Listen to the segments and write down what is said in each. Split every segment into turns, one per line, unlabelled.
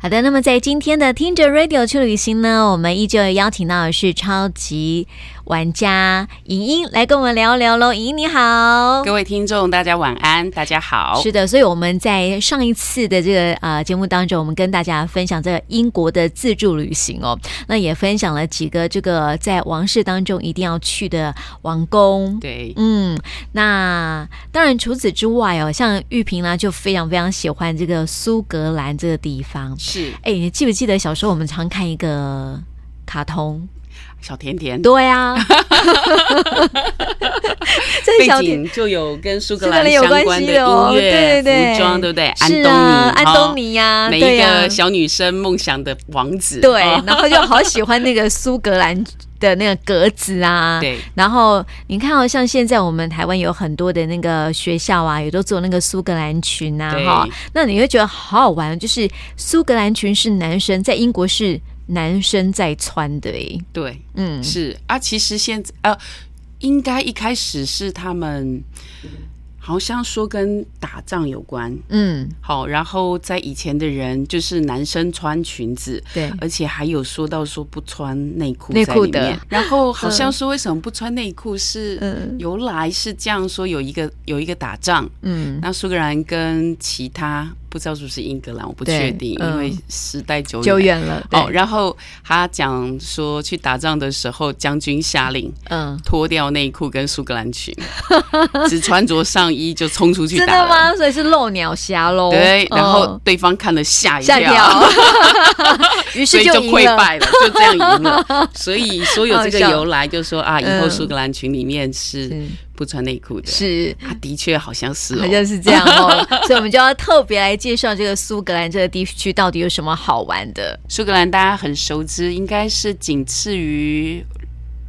好的，那么在今天的听着 Radio 去旅行呢，我们依旧邀请到的是超级玩家莹莹来跟我们聊聊喽。莹莹你好，
各位听众，大家晚安，大家好。
哦是的，所以我们在上一次的这个呃节目当中，我们跟大家分享这个英国的自助旅行哦，那也分享了几个这个在王室当中一定要去的王宫。
对，
嗯，那当然除此之外哦，像玉萍呢就非常非常喜欢这个苏格兰这个地方。
是
哎，你记不记得小时候我们常看一个卡通？
小甜甜，
对 啊，这是
背
小甜
景就有跟苏
苏
格
格
兰
兰有
相
关
关
系
的
的哦
音乐、
对对对
服装，对不对？安
是
东尼，
啊，安
哦
东尼呀、
每
对
一
呀、
个小女生梦想的王子，
对，啊
哦
然后就好喜欢那个苏格兰的那个格子啊，
对，
然后你看哦，像现在我们台湾有很多的那个学校啊，也都做那个苏格兰裙啊，
对
哈，那你会觉得好好玩，就是苏格兰裙是男生在英国是男生在穿的诶，
对，
嗯，
是啊。其实现在呃，应该一开始是他们好像说跟打仗有关，
嗯，
好，然后在以前的人就是男生穿裙子，
对
而且还有说到说不穿内裤
内
在
裤
里面
的，
然后好像说为什么不穿内裤是
嗯
由来是这样说有一个有一个打仗，
嗯，
那苏格兰跟其他不知道是不是英格兰我不确
对
定，
嗯
因为时代久
久远了，对
哦，，然后他讲说去打仗的时候，将军下令
嗯。
脱掉内裤跟苏格兰裙，只穿着上衣就冲出去
真
打了。
的吗？所以是露鸟侠喽。
对，然后
嗯
对方看了吓一
吓一跳，于
所
是
以就
赢
溃
了。
败了，就这样赢 了。所以所有这个
好笑
由来，就说啊，以后
嗯
苏格兰群里面是
是
不穿内裤的。
是，
啊，的确好像是
好
哦。
像是这样 哦。所以我们就要特别来介绍这个苏格兰这个地区到底有什么好玩的。
苏格兰大家很熟知，应该是仅次于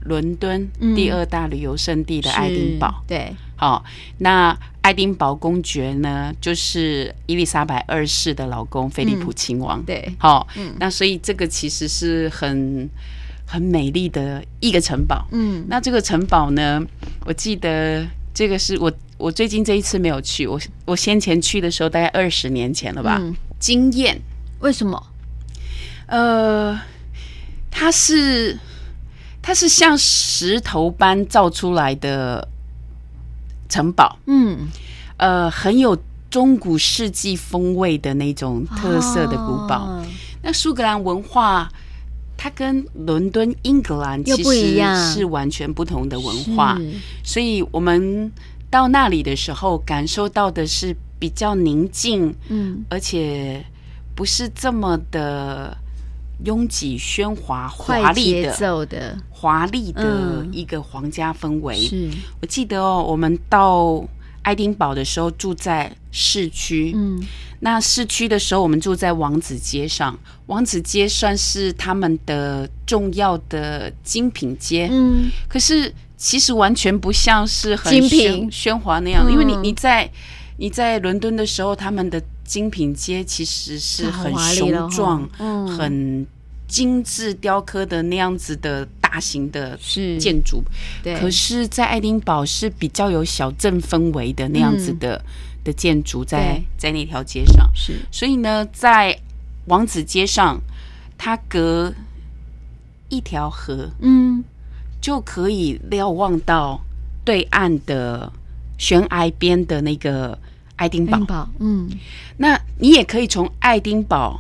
伦敦
嗯
第二大旅游胜地的爱丁堡。
对，
好、那爱丁堡公爵呢，就是伊丽莎白二世的老公菲利普亲王。
对，
好、
嗯
那所以这个其实是很很美丽的一个城堡。
嗯，
那这个城堡呢，我记得这个是我我最近这一次没有去，我我先前去的时候大概二十年前了吧，
嗯
惊艳。
为什么？
呃，它是它是像石头般造出来的城堡，
嗯，
呃，很有中古世纪风味的那种特色的古堡。
哦
那苏格兰文化，它跟伦敦、英格兰
又
其
不一
实
样
是完全不同的文化，
是
所以我们到那里的时候，感受到的是比较宁静，
嗯，
而且不是这么的拥挤、喧哗、华
快
丽
节
的、
奏嗯的，
华丽的
嗯
一个皇家氛围。
是，
我记得哦，我们到爱丁堡的时候住在市区，
嗯，
那市区的时候，我们住在王子街上。王子街算是他们的重要的精品街，
嗯，
可是其实完全不像是很
精品
喧喧哗那样，
嗯
因为你你在你在伦敦的时候，他们的精品街其实是很
华丽了
雄
哦
壮、
嗯，
很精致雕刻的那样子的大型的
是
建筑，
对，
可是，在爱丁堡是比较有小镇氛围的那样子的、
嗯
的建筑在，在那条街上。
是
所以呢，在王子街上，它隔一条河
嗯，
就可以瞭望到对岸的悬崖边的那个爱丁堡。
汉堡，嗯，
那你也可以从爱丁堡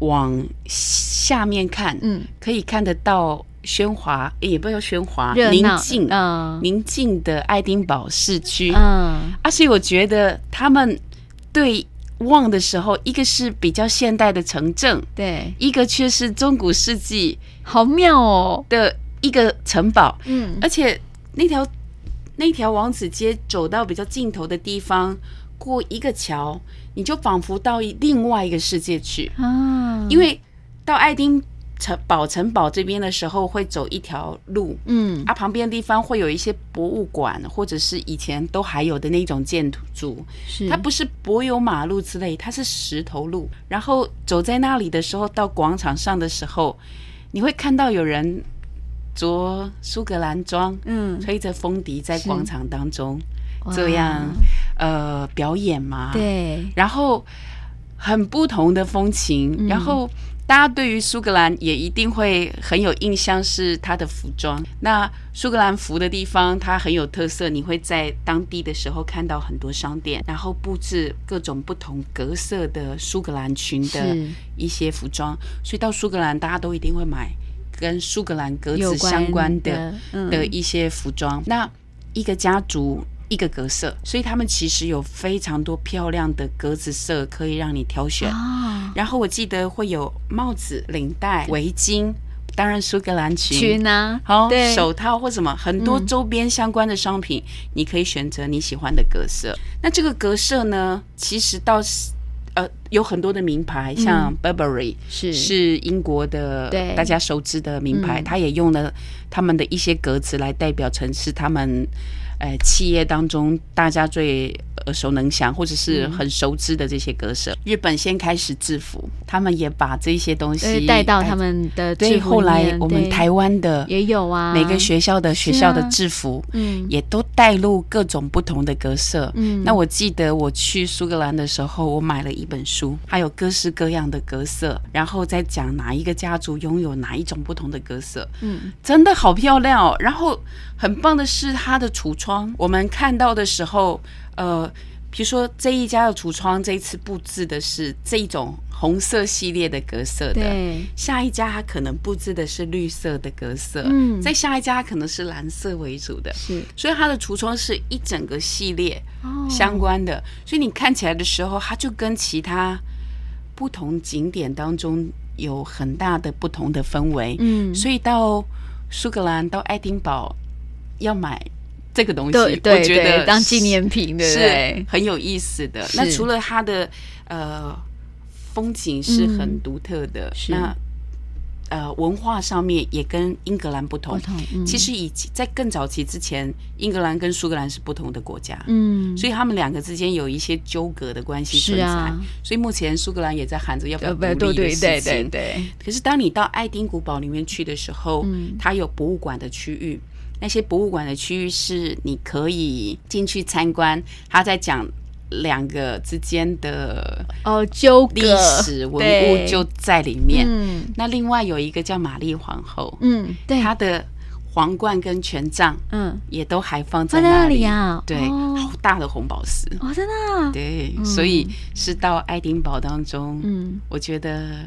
往下面看，
嗯，
可以看得到喧哗，诶也不要喧哗，
热
啊宁
闹，
静。
嗯
宁静的爱丁堡市区、
嗯，
啊，所以我觉得他们对望的时候，一个是比较现代的城镇，
对，
一个却是中古世纪
好妙哦，
的一个城堡，
嗯，
而且那条那条王子街走到比较尽头的地方，过一个桥，你就仿佛到一另外一个世界去，
啊，
因为到爱丁城堡城堡这边的时候，会走一条路，
嗯，
啊，旁边的地方会有一些博物馆，或者是以前都还有的那种建筑，
是
它不是柏油马路之类，它是石头路。然后走在那里的时候，到广场上的时候，你会看到有人着苏格兰装，
嗯
吹着风笛在
是
广场当中这样
哇
呃表演嘛。，
对，
然后很不同的风情。
嗯
然后大家对于苏格兰也一定会很有印象，是它的服装。那苏格兰服的地方，它很有特色，你会在当地的时候看到很多商店，然后布置各种不同格色的苏格兰裙的
是
一些服装，所以到苏格兰大家都一定会买跟苏格兰格
有
子相关的
的，嗯
的一些服装。那一个家族一个格色，所以他们其实有非常多漂亮的格子色可以让你挑选。
啊
然后我记得会有帽子、领带、围巾，当然苏格兰裙。
裙啊，
好
对，
手套或什么很多
嗯
周边相关的商品，你可以选择你喜欢的格色。那这个格色呢，其实到呃有很多的名牌，像
嗯
Burberry，、
是
是英国的
对
大家熟知的名牌，
嗯
它也用了他们的一些格子来代表城市，他们呃企业当中大家最耳熟能详或者
嗯
是很熟知的这些格式。日本先开始制服，他们也把这些东
呃
西
带到他。们的
对，
制服
哎后
里
来
面
我们
对
台湾的
也有啊，
每个学校的学校的制服。
嗯
也都带入各种不同的格色。
嗯
那我记得我去苏格兰的时候，我买了一本书，它有各式各样的格色，然后再讲哪一个家族拥有哪一种不同的格色，
嗯
真的好漂亮哦。然后很棒的是它的橱窗，我们看到的时候，呃。比如说这一家的橱窗，这一次布置的是这一种红色系列的格色的，
对
下一家它可能布置的是绿色的格色，
嗯
再下一家它可能是蓝色为主的，
是
所以它的橱窗是一整个系列
哦
相关的，所以你看起来的时候，它就跟其他不同景点当中有很大的不同的氛围。
嗯
所以到苏格兰到爱丁堡要买这个东西，
对
我
对
觉得
对，当
是
纪念品对不
是
对？
很有意思的。
是
那除了它的呃风景是很
嗯
独特的，
是
那呃文化上面也跟英格兰不同。
不同，嗯
其实以及在更早期之前，英格兰跟苏格兰是不同的国家，
嗯，
所以他们两个之间有一些纠葛的关系存
是
在。
啊，
所以目前苏格兰也在喊着要不要
呃
独
不对
立的
对
事情。
对对对，
可是当你到爱丁古堡里面去的时候，
嗯
它有博物馆的区域，那些博物馆的区域是你可以进去参观，它在讲两个之间的
哦，纠
历
葛
史文
对
物就在里面。
嗯
那另外有一个叫玛丽皇后，
嗯，对，
她的皇冠跟权杖
嗯
也都还放在
放在那
里
里啊
对，
哦
好大的红宝石。
哦，真的啊，
对，
嗯
所以是到爱丁堡当中，
嗯。
我觉得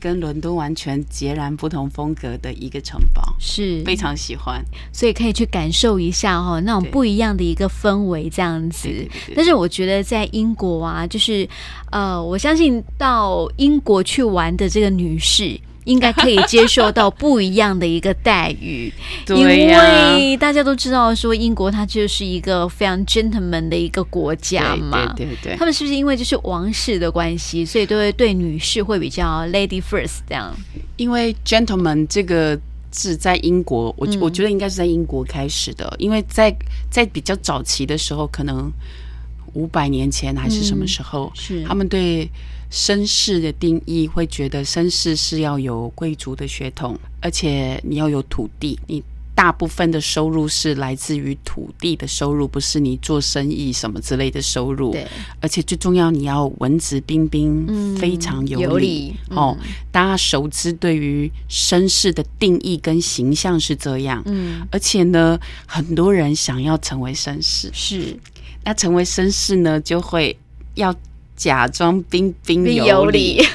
跟伦敦完全截然不同风格的一个城堡，
是，
非常喜欢。
所以可以去感受一下哈、哦，那种
对
不一样的一个氛围这样子。
对对对
但是我觉得在英国啊，就是呃，我相信到英国去玩的这个女士。应该可以接受到不一样的一个待遇，因
对呀
为大家都知道说英国它就是一个非常 gentleman 的一个国家嘛，
对对对
他
对，
们是不是因为就是王室的关系，所以都会对女士会比较 lady first 这样？
因为 gentleman 这个。字在英国，我、
嗯
我觉得应该是在英国开始的，因为在在比较早期的时候，可能五百年前还是什么
嗯
时候，
是
他们对绅士的定义会觉得绅士是要有贵族的血统，而且你要有土地，你大部分的收入是来自于土地的收入，不是你做生意什么之类的收入。
对，
而且最重要，你要文质彬彬，
嗯
非常有
有
礼。
理
哦，大家熟知对于绅士的定义跟形象是这样，
嗯，
而且呢，很多人想要成为绅士，
是
那成为绅士呢，就会要假装彬彬
必
有
有
礼，
理。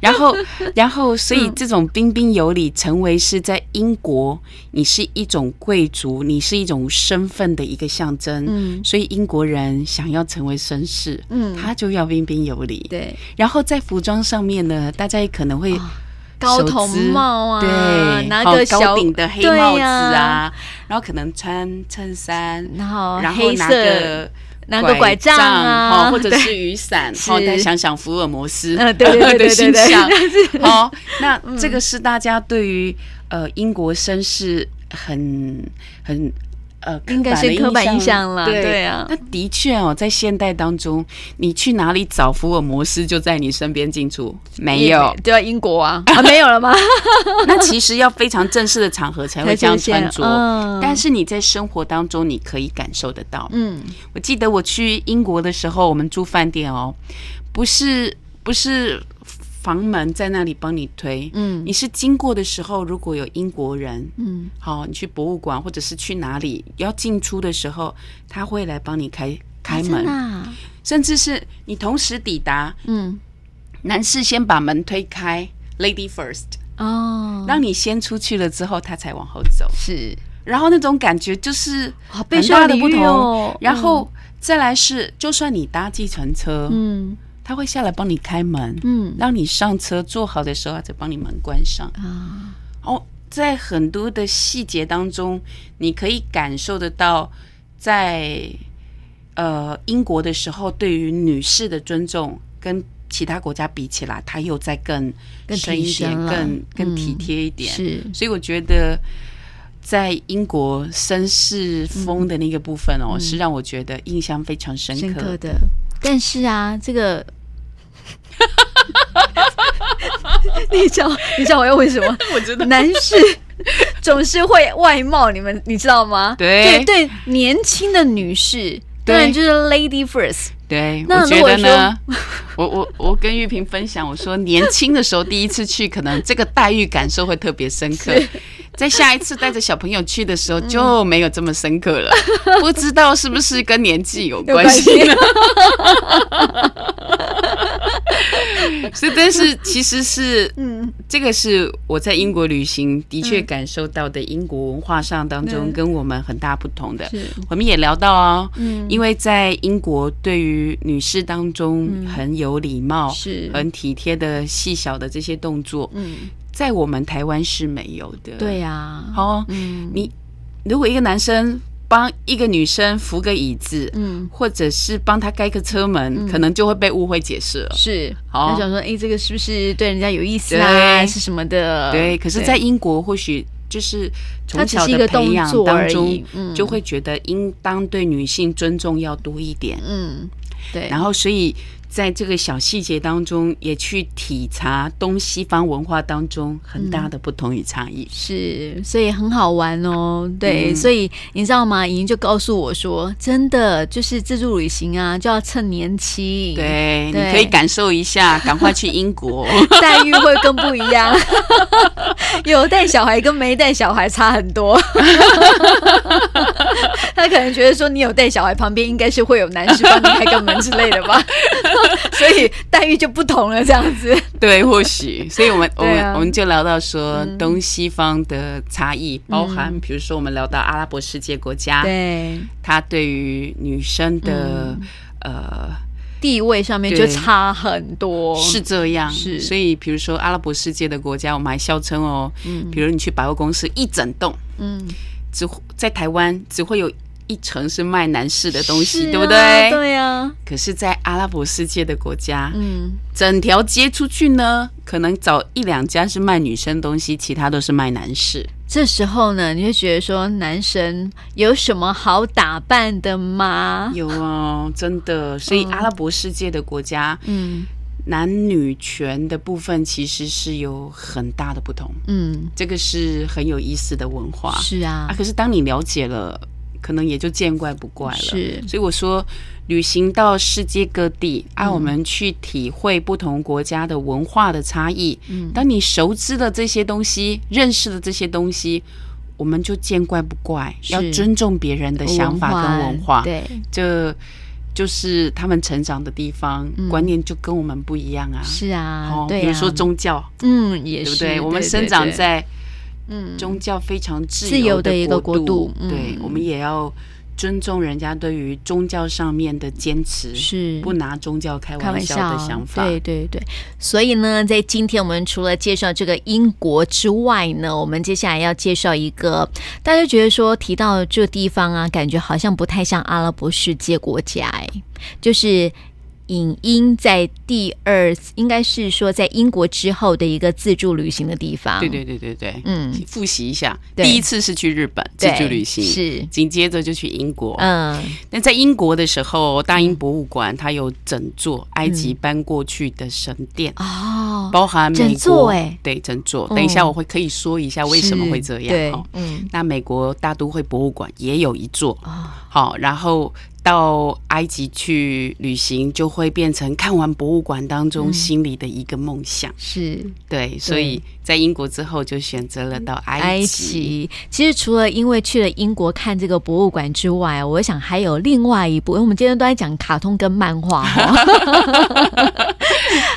然后，然后，所以
嗯
这种彬彬有礼，成为是在英国，你是一种贵族，你是一种身份的一个象征。
嗯
所以英国人想要成为绅士，
嗯，
他就要彬彬有礼。
对
然后在服装上面呢，大家也可能会
啊高头帽啊，
手指对，
拿
好
个小
高顶的黑帽子
对呀
啊，然后可能穿衬衫，
然后
然后
黑
拿
色
个
拿个拐
杖
啊，
哦或者
对
是雨伞，
是
好，再想想福尔摩斯
呃对对对对
的
对
形
对
象，好，那这个是大家对于呃英国绅士很很。呃，
应该是刻板印象啦
对
对啊
那的确哦，在现代当中，你去哪里找福尔摩斯就在你身边进出，没有。
对啊，英国 啊啊没有了吗？
那其实要非常正式的场合才会这样穿着，但是你在生活当中你可以感受得到。
嗯
我记得我去英国的时候，我们住饭店哦，不是不不是房门在那里帮你推，
嗯
你是经过的时候，如果有英国人，
嗯
好，你去博物馆或者是去哪里要进出的时候，他会来帮你开开
啊真
门，
的啊
甚至是你同时抵达，
嗯
男士先把门推开，Lady First，
哦，
让你先出去了之后，他才往后走。
是
然后那种感觉就是
好备
很
受
大的
礼
不
遇
同。
哦
然后再来是，就算你搭计程车，
嗯
他会下来帮你开门，
嗯
让你上车坐好的时候，他再帮你门关上。
啊
哦，在很多的细节当中，你可以感受得到在，呃英国的时候，对于女士的尊重跟其他国家比起来，它又再更
更
深
提
一点，
升了
更
嗯
更体贴一点。
是
所以我觉得。在英国绅士风的那个部分哦，是让我觉得印象非常深刻。
嗯深刻的。但是啊，这个。 你知道，你 知道我要问什么？
我觉得
男士总是会外貌，你们你知道吗？对
对
对，年轻的女士
对
当然就是 lady first，
对，
那
我
如
觉
果
得呢， 我我我跟玉萍分享，我说年轻的时候第一次去，可能这个待遇感受会特别深刻。在下一次带着小朋友去的时
嗯
候就没有这么深刻了，不知道是不是跟年纪有关系 呢？所以，但 是其实是
嗯，
这个是我在英国旅行的确感受到的英国文化上当中
嗯
跟我们很大不同的。
是，
我们也聊到哦，
嗯
因为在英国，对于女士当中很有礼貌、
嗯是，
很体贴的细小的这些动作，
嗯，
在我们台湾是没有的。
对、呀，
哦，
嗯
你如果一个男生帮一个女生扶个椅子，
嗯
或者是帮她开个车门，可能就会被误会解释了。
是，
好
我想说，哎，这个是不是对人家有意思啊？
对
是什么的？
对，可是，在英国或许就是从
它只
小
是一个
的
动
培养
作
当
而
中
已，嗯
就会觉得应当对女性尊重要多一点。
嗯，对，
然后，所以在这个小细节当中，也去体察东西方文化当中很大的不同与差
嗯
异。
是，所以很好玩哦。对，
嗯
所以你知道吗？莹就告诉我说，真的就是自助旅行啊，就要趁年轻，，对
对，你可以感受一下，赶快去 英国。
待遇会更不一 样。有带小孩跟没带小孩差很多。 他可能觉得说，你有带小孩，旁边应该是会有男士帮你开个门之类的 吧，所以待遇就不同了，这样子。
对，或许， 所以我们、我
对
们
啊嗯
我们就聊到说东西方的差异，包含比如说我们聊到阿拉伯世界国家，
对，
它对于女生的、
嗯
呃
地位上面就
对
差很多。
是这样，
是
所以比如说阿拉伯世界的国家，我们还笑称哦，比如你去百货公司一整栋。
嗯。
只会在台湾只会有一层是卖男士的东西，
是
对不
啊
对？
对啊，
可是，在阿拉伯世界的国家，
嗯，
整条街出去呢，可能找一两家是卖女生东西，其他都是卖男士。
这时候呢，你会觉得说，男神有什么好打扮的吗？
有哦，真的。所以，阿拉伯世界的国家，
嗯
男女权的部分其实是有很大的不同，
嗯，
这个是很有意思的文化
是啊
啊。，可是，当你了解了，可能也就见怪不怪了。
是
所以我说，旅行到世界各地，
嗯
啊，我们去体会不同国家的文化的差异。
嗯
当你熟知了这些东西，认识了这些东西，我们就见怪不怪，
是
要尊重别人的想法跟文化。，
对，
这就是他们成长的地方，观念就跟我们不一样啊。
嗯是啊
哦，，
对啊，
比如说宗教，
嗯，也
对
是
不对？我们生长
对
在
嗯
宗教非常自
自由的
的
一个
国
国度嗯
对，我们也要尊重人家对于宗教上面的坚持，
是
不拿宗教开
开玩
笑
笑
的想法。
对对对，所以呢，在今天我们除了介绍这个英国之外呢，我们接下来要介绍一个，大家觉得说提到这地方啊，感觉好像不太像阿拉伯世界国家，哎，就是。影音在第二，应该是说在英国之后的一个自助旅行的地方。
对，对对对对，
嗯，
复习一下，
对
第一次是去日本自
对
助旅行，
是，
紧接着就去英国。
嗯，
那在英国的时候，大英博物馆它有整
嗯
座埃及搬过去的神殿。
哦，
包含美
整
国，
座欸
对，整座。
嗯
等一下我会可以说一下为什么会这
是对
样。哦，
嗯，
那美国大都会博物馆也有一座
哦，
好，然后到埃及去旅行，就会变成看完博物馆当中心里的一个梦
嗯
想。
是
对，所以在英国之后就选择了到埃
埃及。其实除了因为去了英国看这个博物馆之外，我想还有另外一部，因为我们今天都在讲卡通跟漫画 哦，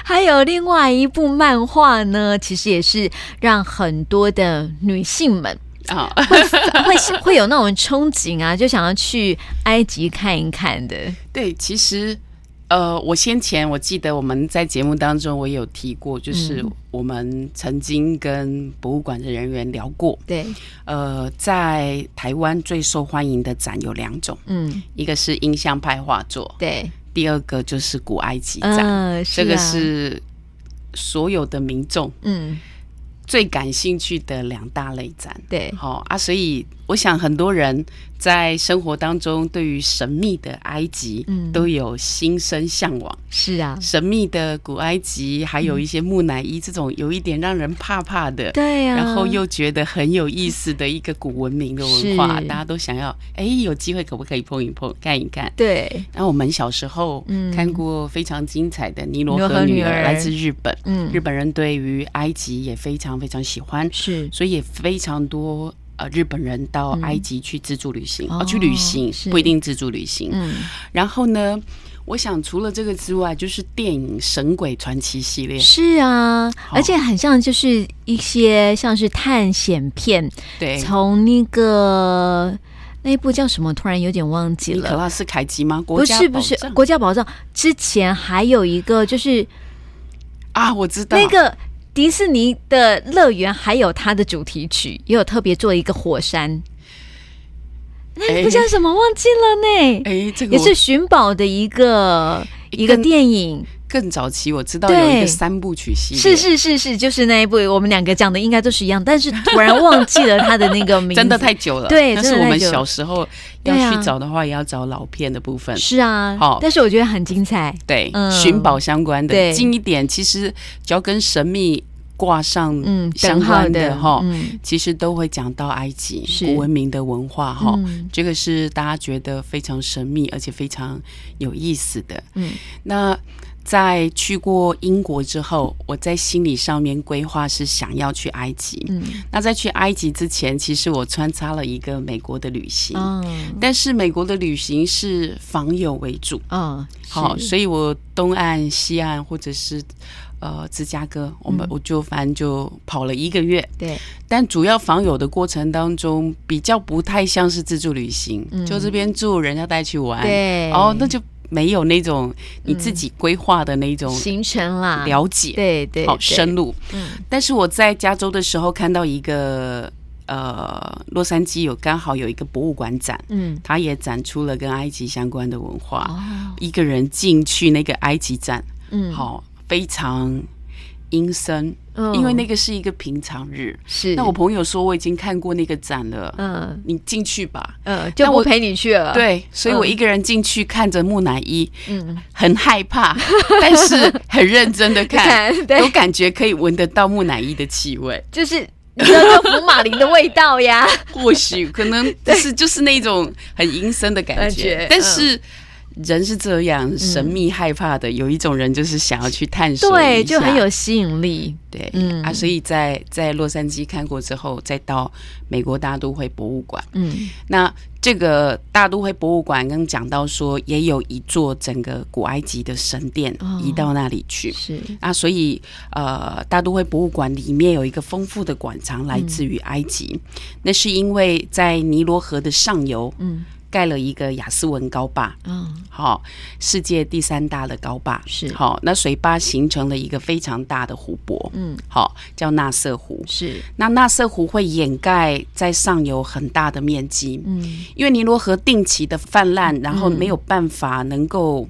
还有另外一部漫画呢，其实也是让很多的女性们。
啊、
会会有那种憧憬啊，就想要去埃及看一看的。
对，其实，呃，我先前我记得我们在节目当中我有提过，
嗯
就是我们曾经跟博物馆的人员聊过，
对，
呃，在台湾最受欢迎的展有两种，
嗯，
一个是印象派画作，
对，
第二个就是古埃及展。
嗯，
这个
啊，
是所有的民众
嗯，
最感兴趣的两大类展。
对，
好、啊，所以我想很多人在生活当中对于神秘的埃及
嗯
都有心生向往，
是啊，
神秘的古埃及，还有一些木乃伊这种有一点让人怕怕的，
嗯对啊，
然后又觉得很有意思的一个古文明的文化，
是
大家都想要，哎，有机会可不可以碰一碰，看一看？
对，
然后我们小时候
嗯
看过非常精彩的《尼罗
尼罗
河
河
女
女
儿》，
儿
来自日本。
嗯，
日本人对于埃及也非常非常喜欢，
是
所以也非常多呃日本人到
嗯
埃及去自助旅行，
哦
啊，去旅行
是
不一定自助旅行。
嗯，
然后呢，我想除了这个之外，就是电影《神鬼传奇》系列，
是啊，而且很像就是一些像是探险片，
对，
从那个那一部叫什么，突然有点忘记
尼可
了。
拉斯凯奇吗？国
不
家
是不
宝
是
藏
国家宝藏之前还有一个就是
啊，我知道
那个迪士尼的乐园还有它的主题曲，也有特别做一个火山，那
哎
不叫什么忘记了呢？
哎，这个
也
我
是寻宝的一个一个
更
电影，
更早期我知道有一
对
个三部曲系列，
是是是是，就是那一部，我们两个讲的应该都是一样，但是突然忘记了它的那个名字，
真的太久了，
对
但
真
是
的
我
太
们
久了
小时候
对
要
啊
去找的话，也要找老片的部 分。
是啊，
好
但是我觉得很精彩，
对，
嗯
寻宝相关的
对
近一点，其实只要跟神秘挂上
嗯，
相
等号
关的哈，
嗯
其实都会讲到埃及
是
古文明的文化哈。
嗯
这个是大家觉得非常神秘，而且非常有意思的。
嗯，
那在去过英国之后，我在心理上面规划是想要去埃及。
嗯
那在去埃及之前，其实我穿插了一个美国的旅行，
嗯
但是美国的旅行是访友为主，
嗯，
好，
是
所以我东岸、西岸或者是呃芝加哥，我
嗯
们、我就反正就跑了一个月。
对，
但主要访友的过程当中，比较不太像是自助旅行，
嗯
就这边住，人家带去玩，
对
哦，那就没有那种你自己规划的那种
行程啦，
了解，
对对，
好
对
深入。
嗯
但是我在加州的时候看到一个呃，洛杉矶有刚好有一个博物馆展，
嗯
它也展出了跟埃及相关的文化。
哦
一个人进去那个埃及站，
嗯，
好，非常阴森，
嗯，
因为那个是一个平常日。
是
那我朋友说我已经看过那个展了，
嗯。
你进去吧。
呃，就
但
不
我
陪你去了。，
对，所以我一个人进去看着木乃伊，
嗯，
很害 怕，但是很认真的看，
看，
我
对，
感觉可以闻得到木乃伊的气味。
就是你知道那个福马林的味道 呀。
或许可能就是就是那种很阴森的感
感
觉
呃觉，嗯
但是。人是这样神秘害怕的，有一种人就是想要去探索一下，
对，就很有吸引力。
对、
嗯
啊，所以在在洛杉矶看过之后，再到美国大都会博物馆，
嗯
那这个大都会博物馆刚讲到说，也有一座整个古埃及的神殿
哦
移到那里去，
是，
啊，所以呃，大都会博物馆里面有一个丰富的馆藏，来自
嗯
于埃及。那是因为在尼罗河的上游
嗯
盖了一个雅斯文高坝，
嗯
好、世界第三大的高坝
是
好、那水坝形成了一个非常大的湖泊，
嗯，
好、叫纳瑟湖。
是，
那纳瑟湖会掩盖在上游很大的面积，
嗯
因为尼罗河定期的泛滥，然后没有办法能够，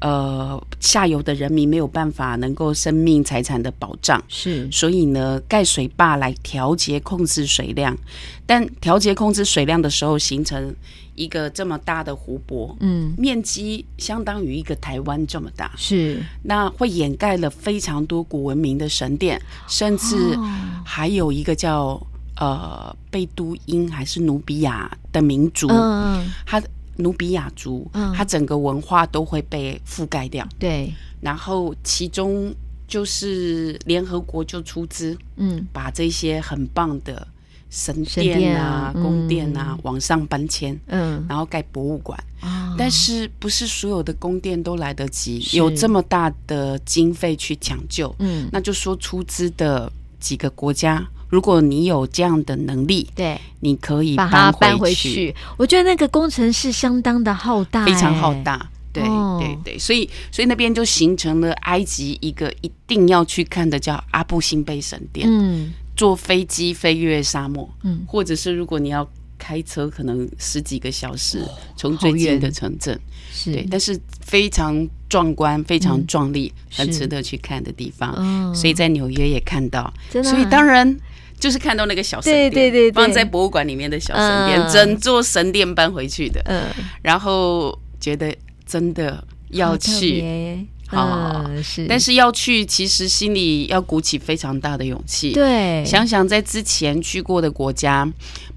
呃，下游的人民没有办法能够生命财产的保障，
是，
所以呢，盖水坝来调节控制水量，但调节控制水量的时候，形成一个这么大的湖泊。
嗯
面积相当于一个台湾这么大，
是，
那会掩盖了非常多古文明的神殿，甚至
哦
还有一个叫呃贝都因还是努比亚的民族，
嗯
他努比亚族，
嗯
它整个文化都会被覆盖掉。
对，
然后其中就是联合国就出资
嗯，
把这些很棒的神
神
殿
殿
啊
啊、
宫殿啊、往上搬迁，
嗯，
然后盖博物馆。
啊
但是不是所有的宫殿都来得及
是
有这么大的经费去抢救？
嗯，
那就说出资的几个国家，如果你有这样的能力，
对，
你可以
把它搬
回
回
去，
去。我觉得那个工程是相当的浩大、
非常
哎
浩。大。对
哦
对对，所以所以那边就形成了埃及一个一定要去看的叫阿布辛贝神殿，
嗯
坐飞机飞越沙漠，
嗯，
或者是如果你要开车，可能十几个小时从
好
最近
哦
的
远嗯
城镇，
是
对，但是非常壮观，非常壮丽，
是
很值得去看的地方。
嗯，
所以在纽约也看到，
真的啊
所以当然就是看到那个小神殿，
对对对对
放在博物馆里面的小神殿，
嗯
整座神殿搬回去的，
嗯，
然后觉得真的要
好特
去。
别，
好好好
嗯是，
但是要去，其实心里要鼓起非常大的勇气。
对，
想想在之前去过的国家，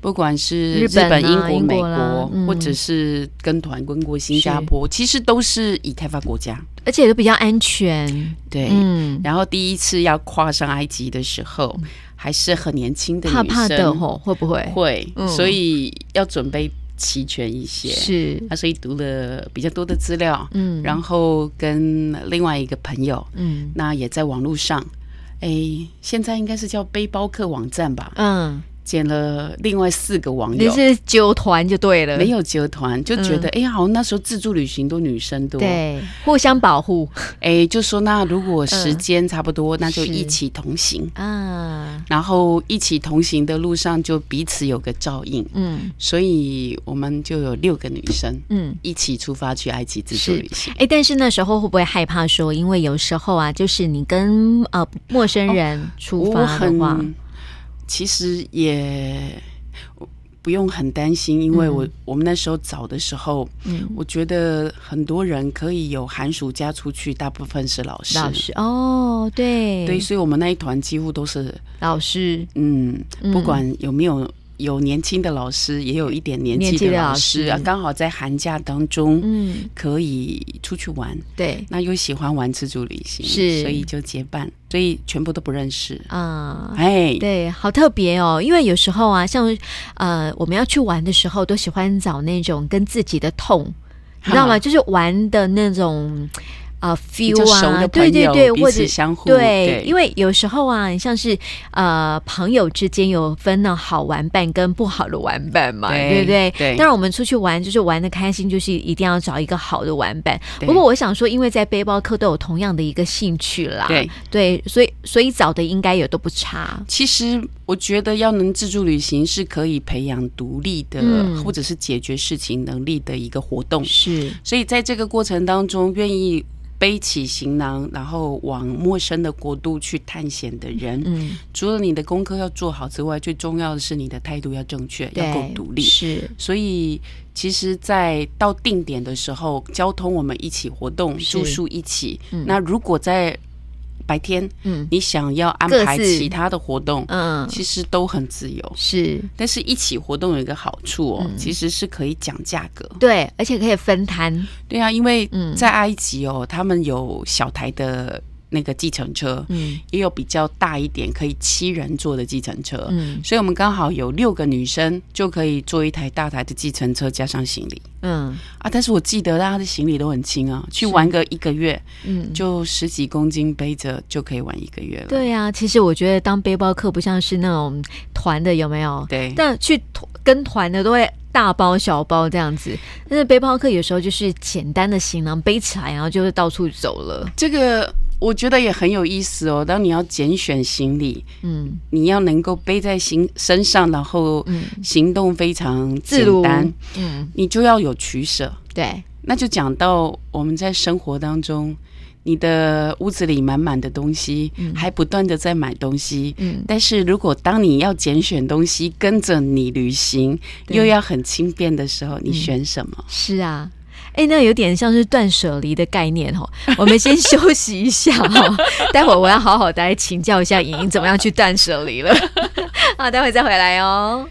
不管是
日
日
本啊
本、英国、
英
美
国啦
国，
嗯
或者是跟团跟过新加坡，其实都是已开发国家。
而且都比较安全，
对，
嗯，
然后第一次要跨上埃及的时候，还是很年轻的女
怕怕
生，
的吼，会不会？
会，
嗯
所以要准备齐全一些。
是，
啊，所以读了比较多的资料，
嗯，
然后跟另外一个朋友，
嗯
那也在网络上，哎，现在应该是叫背包客网站吧，
嗯，
捡了另外四个网
你
友，
是纠团就对了，
没有结团，就觉得哎、诶好像那时候自助旅行都女生多，哎、
对，互相保护
就说那如果时
嗯
间差不多，那就是一起同行。
啊，
然后一起同行的路上就彼此有个照应，
嗯
所以我们就有六个女生
嗯。
一起出发去埃及自助旅行。
哎，但是那时候会不会害怕说？因为有时候啊，就是你跟呃陌生人出
哦我
发的话，
很，其实也我不用很担心，因为我、我们那时候找的时候，
嗯，
我觉得很多人可以有寒暑假出去，大部分是老师。
老师哦，对
对，所以我们那一团几乎都是，
老师
嗯，
嗯
不管有没有有年轻的老师，也有一点年
年
纪
纪的
的老
老
师
师
啊，刚好在寒假当中
嗯，
可以出去玩，
对
那又喜欢玩自助旅行，
是
所以就结伴，所以全部都不认识。
啊。
哎，
对，好特别哦，因为有时候啊，像呃，我们要去玩的时候，都喜欢找那种跟自己的痛，你知道吗？
哈
就是玩的那种呃
比
feel
较熟
啊，
的
对
朋
对
友，
对，
彼
或者
此相互
对，因
为
为有时候啊，你像是呃朋友之间有分那好玩伴跟不好的玩伴嘛，
对
不对？
对
当然，我们出去玩就是玩的开心，就是一定要找一个好的玩伴。
对
不过我想说，因为在背包客都有同样的一个兴趣啦，
对。
对，所以所以找的应该也都不差。
其实我觉得要能自助旅行是可以培养独立的，
嗯
或者是解决事情能力的一个活动。
是，
所以在这个过程当中，愿意背起行囊，然后往陌生的国度去探险的人，
嗯，
除了你的功课要做好之外，最重要的是你的态度要正确，
对，
要够独立。
是
所以，其实，在到定点的时候，交通我们一起活动，
是
住宿一起。
嗯
那如果在白天，
嗯
你想要安
各
排
自
其他的活动，
嗯
其实都很自由。
是。
但是，一起活动有一个好处
嗯
哦，其实是可以讲价格。
对，而且可以分摊，
对啊，因为
嗯
在埃及哦，他们有小台的那个计程车，
嗯
也有比较大一点可以七人坐的计程车。
嗯
所以我们刚好有六个女生就可以坐一台大台的计程车，加上行李
嗯
啊。但是我记得大家的行李都很轻啊，去玩个一个月
嗯，
就十几公斤背着就可以玩一个月了。
对呀、其实我觉得当背包客不像是那种团的，有没有？
对
但去团跟团的都会大包小包这样子，但是背包客有时候就是简单的行囊背起来，然后就是到处走了。
这个我觉得也很有意思哦。当你要拣选行李，
嗯
你要能够背在行身上，然后
嗯
行动非常
自
简
如
单。
嗯，
你就要有取舍。
对，
那就讲到我们在生活当中，你的屋子里满满的东西，还不断的在买东西。
嗯
但是如果当你要拣选东西，跟着你旅行，
对嗯
又要很轻便的时候，你选什么？
是啊。哎，那有点像是断舍离的概念哦。我们先休息一下 哦，待会儿我 要好好的来请教一下莹莹怎么样去断舍离了。好，待会再回来哦。